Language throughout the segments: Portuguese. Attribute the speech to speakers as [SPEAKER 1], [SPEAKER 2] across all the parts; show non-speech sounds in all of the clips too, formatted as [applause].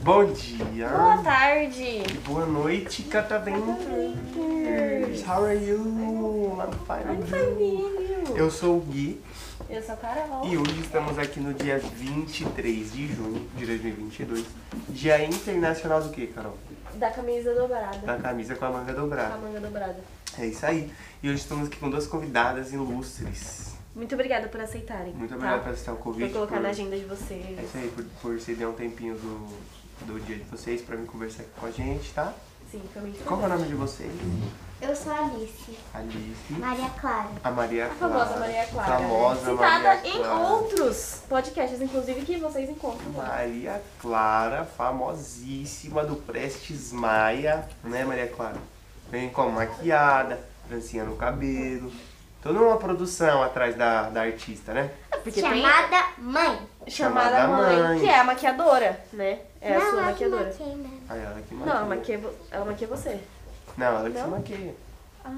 [SPEAKER 1] Bom dia.
[SPEAKER 2] Boa tarde.
[SPEAKER 1] E boa noite, Cataventers. How are you? I'm fine.
[SPEAKER 2] Onde foi milho?
[SPEAKER 1] Eu sou o Gui
[SPEAKER 2] Eu sou a Carol.
[SPEAKER 1] e hoje estamos aqui no dia 23 de junho de 2022. Dia internacional do que, Carol?
[SPEAKER 2] Da camisa dobrada.
[SPEAKER 1] Da camisa com a manga
[SPEAKER 2] Com a
[SPEAKER 1] dobrada.
[SPEAKER 2] manga dobrada.
[SPEAKER 1] É isso aí. E hoje estamos aqui com duas convidadas ilustres.
[SPEAKER 2] Muito obrigada por aceitarem.
[SPEAKER 1] Muito
[SPEAKER 2] tá?
[SPEAKER 1] obrigado por aceitar o
[SPEAKER 2] Vou
[SPEAKER 1] convite.
[SPEAKER 2] colocar
[SPEAKER 1] por-
[SPEAKER 2] na agenda de
[SPEAKER 1] É
[SPEAKER 2] vocês.
[SPEAKER 1] isso aí, por, por ceder um tempinho do, do dia de vocês pra vir conversar aqui com a gente, tá?
[SPEAKER 2] Sim, foi muito
[SPEAKER 1] Qual que é o
[SPEAKER 2] legal.
[SPEAKER 1] nome de vocês?
[SPEAKER 3] Eu sou a Alice,
[SPEAKER 1] Alice.
[SPEAKER 3] Maria Clara.
[SPEAKER 1] A Maria
[SPEAKER 2] A famosa Maria Clara. né?
[SPEAKER 1] Famosa
[SPEAKER 2] Citada
[SPEAKER 1] Maria
[SPEAKER 2] em
[SPEAKER 1] Clara.
[SPEAKER 2] outros podcasts, inclusive, que vocês encontram lá.
[SPEAKER 1] Maria Clara, famosíssima do Prestes Maia, né Maria Clara? Vem com maquiada, trancinha no cabelo. Toda uma produção atrás da, da artista, né?
[SPEAKER 2] Porque
[SPEAKER 3] Chamada mãe.
[SPEAKER 2] tem chamada,
[SPEAKER 1] Chamada
[SPEAKER 2] mãe,
[SPEAKER 1] Mãe.
[SPEAKER 2] que é a maquiadora, né? É a sua
[SPEAKER 3] ela que
[SPEAKER 2] maquiadora.
[SPEAKER 3] maquia mesmo.
[SPEAKER 1] Aí ela que maquia.
[SPEAKER 2] Não, ela maquia, é vo- ela maquia você.
[SPEAKER 1] Não, ela que se
[SPEAKER 2] Não?
[SPEAKER 1] maquia.
[SPEAKER 2] Ah,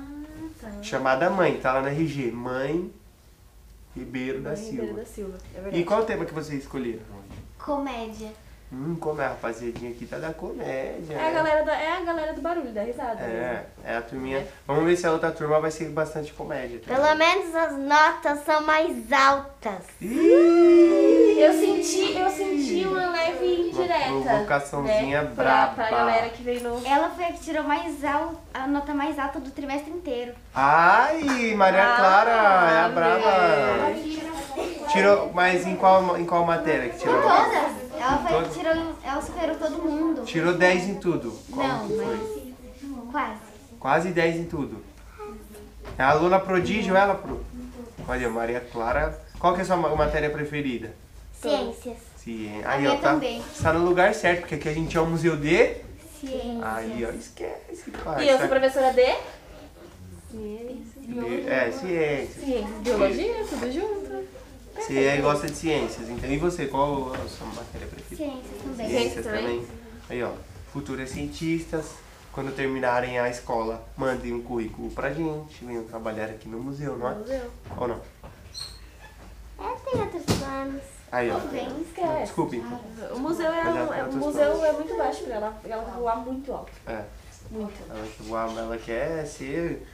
[SPEAKER 2] tá.
[SPEAKER 1] Chamada mãe, tá lá na RG. Mãe Ribeiro da
[SPEAKER 2] Ribeiro
[SPEAKER 1] Silva.
[SPEAKER 2] da Silva. É verdade.
[SPEAKER 1] E qual o tema que vocês escolheram?
[SPEAKER 3] Comédia.
[SPEAKER 1] Hum, como é a rapaziadinha aqui tá da comédia.
[SPEAKER 2] É a
[SPEAKER 1] né?
[SPEAKER 2] galera, da, é a galera do barulho, da risada. mesmo.
[SPEAKER 1] É, é a turminha. Vamos ver se a outra turma vai ser bastante comédia. também.
[SPEAKER 3] Pelo menos as notas são mais altas.
[SPEAKER 1] Ih!
[SPEAKER 2] Eu senti, eu senti uma leve indireta.
[SPEAKER 1] Uma provocaçãozinha
[SPEAKER 2] né?
[SPEAKER 1] braba.
[SPEAKER 2] Pra, pra galera que veio no.
[SPEAKER 3] Ela foi a que tirou mais al a nota mais alta do trimestre inteiro.
[SPEAKER 1] Ai, Maria Clara, é a
[SPEAKER 2] Ah, meu.
[SPEAKER 1] braba. Tirou, mas em qual, em qual matéria que tirou?
[SPEAKER 3] Todas. Ela foi a
[SPEAKER 1] Todas?
[SPEAKER 3] que tirou, ela superou todo mundo.
[SPEAKER 1] Tirou 10 em tudo. Como
[SPEAKER 3] Não,
[SPEAKER 1] que foi?
[SPEAKER 3] mas quase.
[SPEAKER 1] Quase 10 em tudo. É a aluna prodígio, ela, pro? Olha, Maria Clara. Qual que é a sua ma- matéria preferida?
[SPEAKER 3] Ciências.
[SPEAKER 1] Sim,
[SPEAKER 3] A
[SPEAKER 1] aí
[SPEAKER 3] minha
[SPEAKER 1] ó, tá,
[SPEAKER 3] também.
[SPEAKER 1] tá no lugar certo, porque aqui a gente é o museu de.
[SPEAKER 3] Ciências.
[SPEAKER 1] Aí, ó, esquece, pai.
[SPEAKER 2] E eu sou
[SPEAKER 1] Sabe-
[SPEAKER 2] professora de. Ciência.
[SPEAKER 1] É, ciência.
[SPEAKER 2] Ciência. Biologia, tudo junto.
[SPEAKER 1] Você é, gosta de ciências, então. E você, qual a sua matéria preferida?
[SPEAKER 3] Ciências também.
[SPEAKER 1] Ciências
[SPEAKER 2] Ciências
[SPEAKER 1] também. Aí, ó. Futuras cientistas, quando terminarem a escola, mandem um currículo pra gente. Venham trabalhar aqui no museu, não é?
[SPEAKER 2] Museu.
[SPEAKER 1] Ou não?
[SPEAKER 3] Ela É, tem outros planos.
[SPEAKER 1] Aí, ó.
[SPEAKER 3] Tudo bem.
[SPEAKER 2] Esquece.
[SPEAKER 1] Desculpe.
[SPEAKER 2] é,
[SPEAKER 1] então.
[SPEAKER 2] O museu é,
[SPEAKER 1] Mas ela
[SPEAKER 2] um- é-
[SPEAKER 1] tem
[SPEAKER 2] o
[SPEAKER 1] outras
[SPEAKER 2] museu é muito baixo pra ela. Ela vai voar muito alto.
[SPEAKER 1] É.
[SPEAKER 2] Muito.
[SPEAKER 1] Ela, que voa- ela quer ser.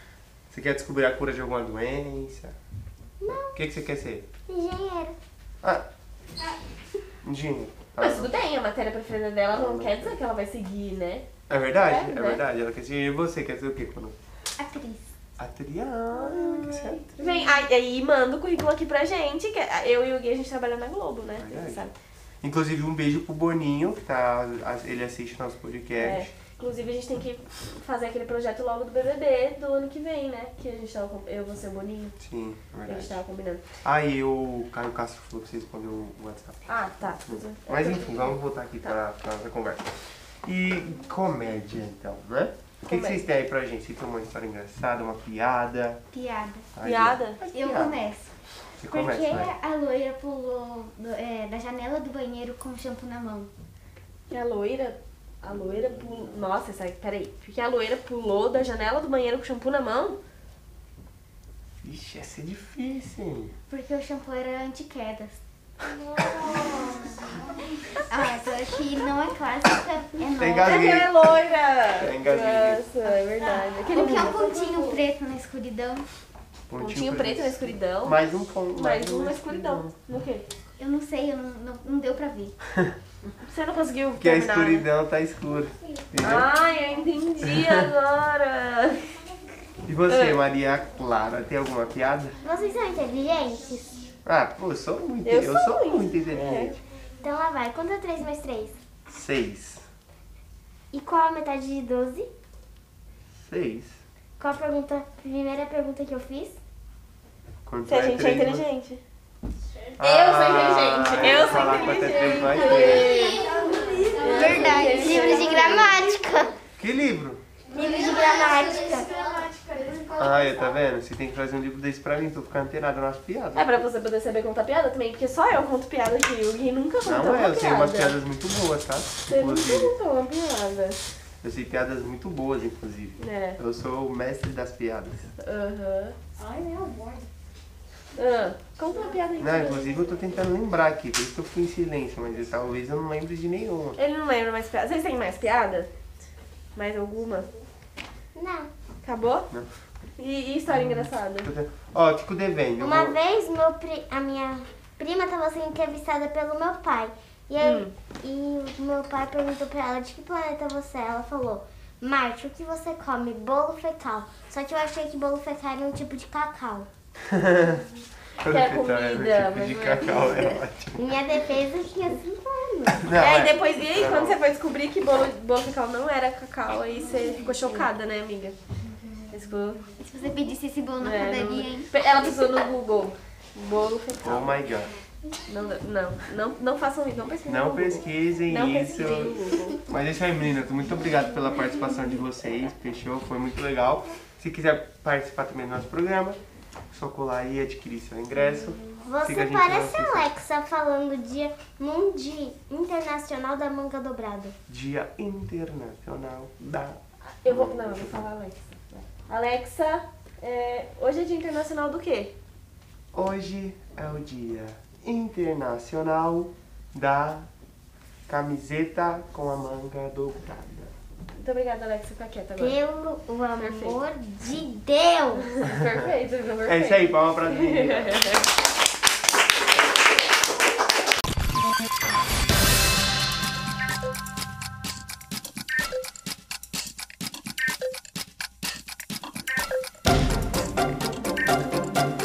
[SPEAKER 1] Você quer descobrir a cura de alguma doença?
[SPEAKER 3] Não.
[SPEAKER 1] O que, que você quer ser?
[SPEAKER 3] Engenheiro.
[SPEAKER 1] Ah! Engenheiro. Ah,
[SPEAKER 2] Mas tudo bem, a matéria preferida dela não quer dizer que ela vai seguir, né?
[SPEAKER 1] é verdade,
[SPEAKER 2] É,
[SPEAKER 1] é,
[SPEAKER 2] né?
[SPEAKER 1] verdade. Ela quer ser. E você quer ser o quê quando?
[SPEAKER 3] Atriz.
[SPEAKER 1] Atriz. Ah, ela quer ser atriz.
[SPEAKER 2] Vem, aí, aí manda o currículo aqui pra gente, que é, eu e o Gui a gente trabalha na Globo, né?
[SPEAKER 1] Ai, ai.
[SPEAKER 2] Sabe?
[SPEAKER 1] Inclusive, um beijo pro Boninho, que tá, ele assiste nosso podcast.
[SPEAKER 2] É. Inclusive, a gente tem que fazer aquele projeto logo do BBB do ano que vem, né? Que a gente tava. com- Eu, você, o Boninho.
[SPEAKER 1] Sim, é
[SPEAKER 2] que A gente
[SPEAKER 1] verdade.
[SPEAKER 2] tava combinando.
[SPEAKER 1] Aí o Caio Castro falou pra você responder o WhatsApp.
[SPEAKER 2] Ah, tá.
[SPEAKER 1] Mas enfim, vamos voltar aqui pra, pra nossa conversa. E comédia, então, né? O que, que
[SPEAKER 2] Comédia.
[SPEAKER 1] vocês têm aí pra gente? Vocês têm uma história engraçada, uma piada?
[SPEAKER 3] Piada.
[SPEAKER 1] Aí,
[SPEAKER 2] Piada?
[SPEAKER 3] Eu
[SPEAKER 1] Piada.
[SPEAKER 3] começo.
[SPEAKER 1] Você
[SPEAKER 3] Por que
[SPEAKER 1] começa, né?
[SPEAKER 3] a loira pulou do- é, da janela do banheiro com o shampoo na mão?
[SPEAKER 2] Que a loira. A loira pulou. Nossa, essa... peraí. Porque a loira pulou da janela do banheiro com o shampoo na mão?
[SPEAKER 1] Ixi, essa é difícil, hein?
[SPEAKER 3] Porque o shampoo era anti-quedas. Ah, essa aqui não é clássica, é nova.
[SPEAKER 1] Tem gasolina.
[SPEAKER 2] Ela é loira!
[SPEAKER 1] Eu engasguei.
[SPEAKER 2] Nossa, é verdade. Aquele
[SPEAKER 3] O que é um
[SPEAKER 2] menino.
[SPEAKER 3] pontinho preto na escuridão?
[SPEAKER 2] Pontinho preto na escuridão.
[SPEAKER 1] Mais um ponto.
[SPEAKER 2] Mais um na escuridão. No quê?
[SPEAKER 3] Eu não sei, eu não, não, não deu pra ver.
[SPEAKER 2] Você não Ah. conseguiu
[SPEAKER 1] Porque a
[SPEAKER 2] terminar, né?
[SPEAKER 1] escuridão tá escura. Entendeu?
[SPEAKER 2] Ai, eu entendi agora.
[SPEAKER 1] E você,
[SPEAKER 2] Ah.
[SPEAKER 1] Maria Clara, tem alguma piada?
[SPEAKER 3] Vocês são inteligentes?
[SPEAKER 1] Ah, pô, eu sou muito, eu
[SPEAKER 2] Eu
[SPEAKER 1] sou
[SPEAKER 2] sou
[SPEAKER 1] muito inteligente.
[SPEAKER 3] Então lá vai, conta 3 mais 3.
[SPEAKER 1] Seis.
[SPEAKER 3] E qual a metade de 12?
[SPEAKER 1] Seis.
[SPEAKER 3] Qual a pergunta, primeira pergunta que eu fiz?
[SPEAKER 1] Quando
[SPEAKER 2] Se a gente é
[SPEAKER 1] três, né? mas-
[SPEAKER 2] inteligente.
[SPEAKER 1] Ah,
[SPEAKER 2] eu sou inteligente. Eu
[SPEAKER 1] falar
[SPEAKER 2] sou
[SPEAKER 1] quanto é três mais três.
[SPEAKER 2] inteligente.
[SPEAKER 3] Verdade. Tá,
[SPEAKER 2] é
[SPEAKER 3] Livro de gramática.
[SPEAKER 1] Que livro?
[SPEAKER 3] Livro de gramática.
[SPEAKER 1] Ah, eu tá vendo? Você tem que fazer um livro desse pra mim, tô ficando antenado nas piadas.
[SPEAKER 2] É pra você poder saber contar piada também, porque só eu conto piada aqui. O Gui nunca contou
[SPEAKER 1] Não é,
[SPEAKER 2] uma
[SPEAKER 1] eu tenho
[SPEAKER 2] então piada.
[SPEAKER 1] umas piadas muito boas, tá?
[SPEAKER 2] Você nunca
[SPEAKER 1] Inclusive.
[SPEAKER 2] contou uma piada.
[SPEAKER 1] Eu sei piadas muito boas, inclusive.
[SPEAKER 2] É.
[SPEAKER 1] Eu sou o mestre das piadas.
[SPEAKER 2] Aham.
[SPEAKER 4] Ai, meu amor.
[SPEAKER 2] Ah, conta uma piada aí. pra
[SPEAKER 1] Não,
[SPEAKER 2] mim.
[SPEAKER 1] inclusive eu tô tentando lembrar aqui, por isso que eu fui em silêncio, mas eu- talvez eu não lembre de nenhuma.
[SPEAKER 2] Ele não lembra mais piada. Vocês têm mais piada? Mais alguma?
[SPEAKER 4] Não.
[SPEAKER 2] Acabou?
[SPEAKER 1] Não.
[SPEAKER 2] E, e história engraçada?
[SPEAKER 1] Tô te- Ó, eu fico devendo. eu
[SPEAKER 3] Uma
[SPEAKER 1] vou-
[SPEAKER 3] vez meu pri- a minha prima estava sendo entrevistada pelo meu pai. E, aí-
[SPEAKER 2] Hum.
[SPEAKER 3] e o meu pai perguntou pra ela de que planeta você é. Ela falou, Marte, o que você come? Bolo fecal. Só que eu achei que bolo fecal era um tipo de cacau.
[SPEAKER 1] Todo fetal
[SPEAKER 2] Quer
[SPEAKER 1] é um
[SPEAKER 2] comida,
[SPEAKER 1] tipo de
[SPEAKER 2] mas não é
[SPEAKER 1] cacau, é
[SPEAKER 2] comida.
[SPEAKER 1] ótimo.
[SPEAKER 3] Minha defesa é assim, eu tinha 5 anos.
[SPEAKER 1] Não,
[SPEAKER 2] e aí
[SPEAKER 1] é.
[SPEAKER 2] depois, e aí,
[SPEAKER 1] Não.
[SPEAKER 2] quando você foi descobrir que bolo, bolo cacau não era cacau, aí você ficou chocada, né, amiga? Você ficou-
[SPEAKER 4] Se você pedisse esse bolo na
[SPEAKER 2] é,
[SPEAKER 4] padaria, hein?
[SPEAKER 2] não- Ela precisou no Google. Bolo
[SPEAKER 1] Oh
[SPEAKER 2] fecal.
[SPEAKER 1] my god.
[SPEAKER 2] Não, não, não, não façam isso, não pesquisem no
[SPEAKER 1] Não
[SPEAKER 2] Google.
[SPEAKER 1] pesquisem
[SPEAKER 2] Não
[SPEAKER 1] isso.
[SPEAKER 2] pesquisem no Google.
[SPEAKER 1] Mas é isso aí, meninas. Muito obrigado pela participação de vocês. Fechou, foi muito legal. Se quiser participar também do nosso programa, é só colar e adquirir seu ingresso. Siga a
[SPEAKER 3] Você
[SPEAKER 1] gente nas
[SPEAKER 3] parece
[SPEAKER 1] redes
[SPEAKER 3] a Alexa falando Dia Mundi Internacional da Manga Dobrada.
[SPEAKER 1] Dia Internacional da.
[SPEAKER 2] Eu vou. Não, eu vou falar Alexa. Alexa, é, hoje é dia internacional do quê?
[SPEAKER 1] Hoje é o Dia Internacional da Camiseta com a manga dobrada.
[SPEAKER 2] Muito obrigada, Alexa, fica quieta agora.
[SPEAKER 3] Pelo o amor
[SPEAKER 2] Perfeito.
[SPEAKER 3] de Deus!
[SPEAKER 2] Perfeito, viu? perfeito. [laughs]
[SPEAKER 1] É isso aí, palma pra mim.
[SPEAKER 2] aí.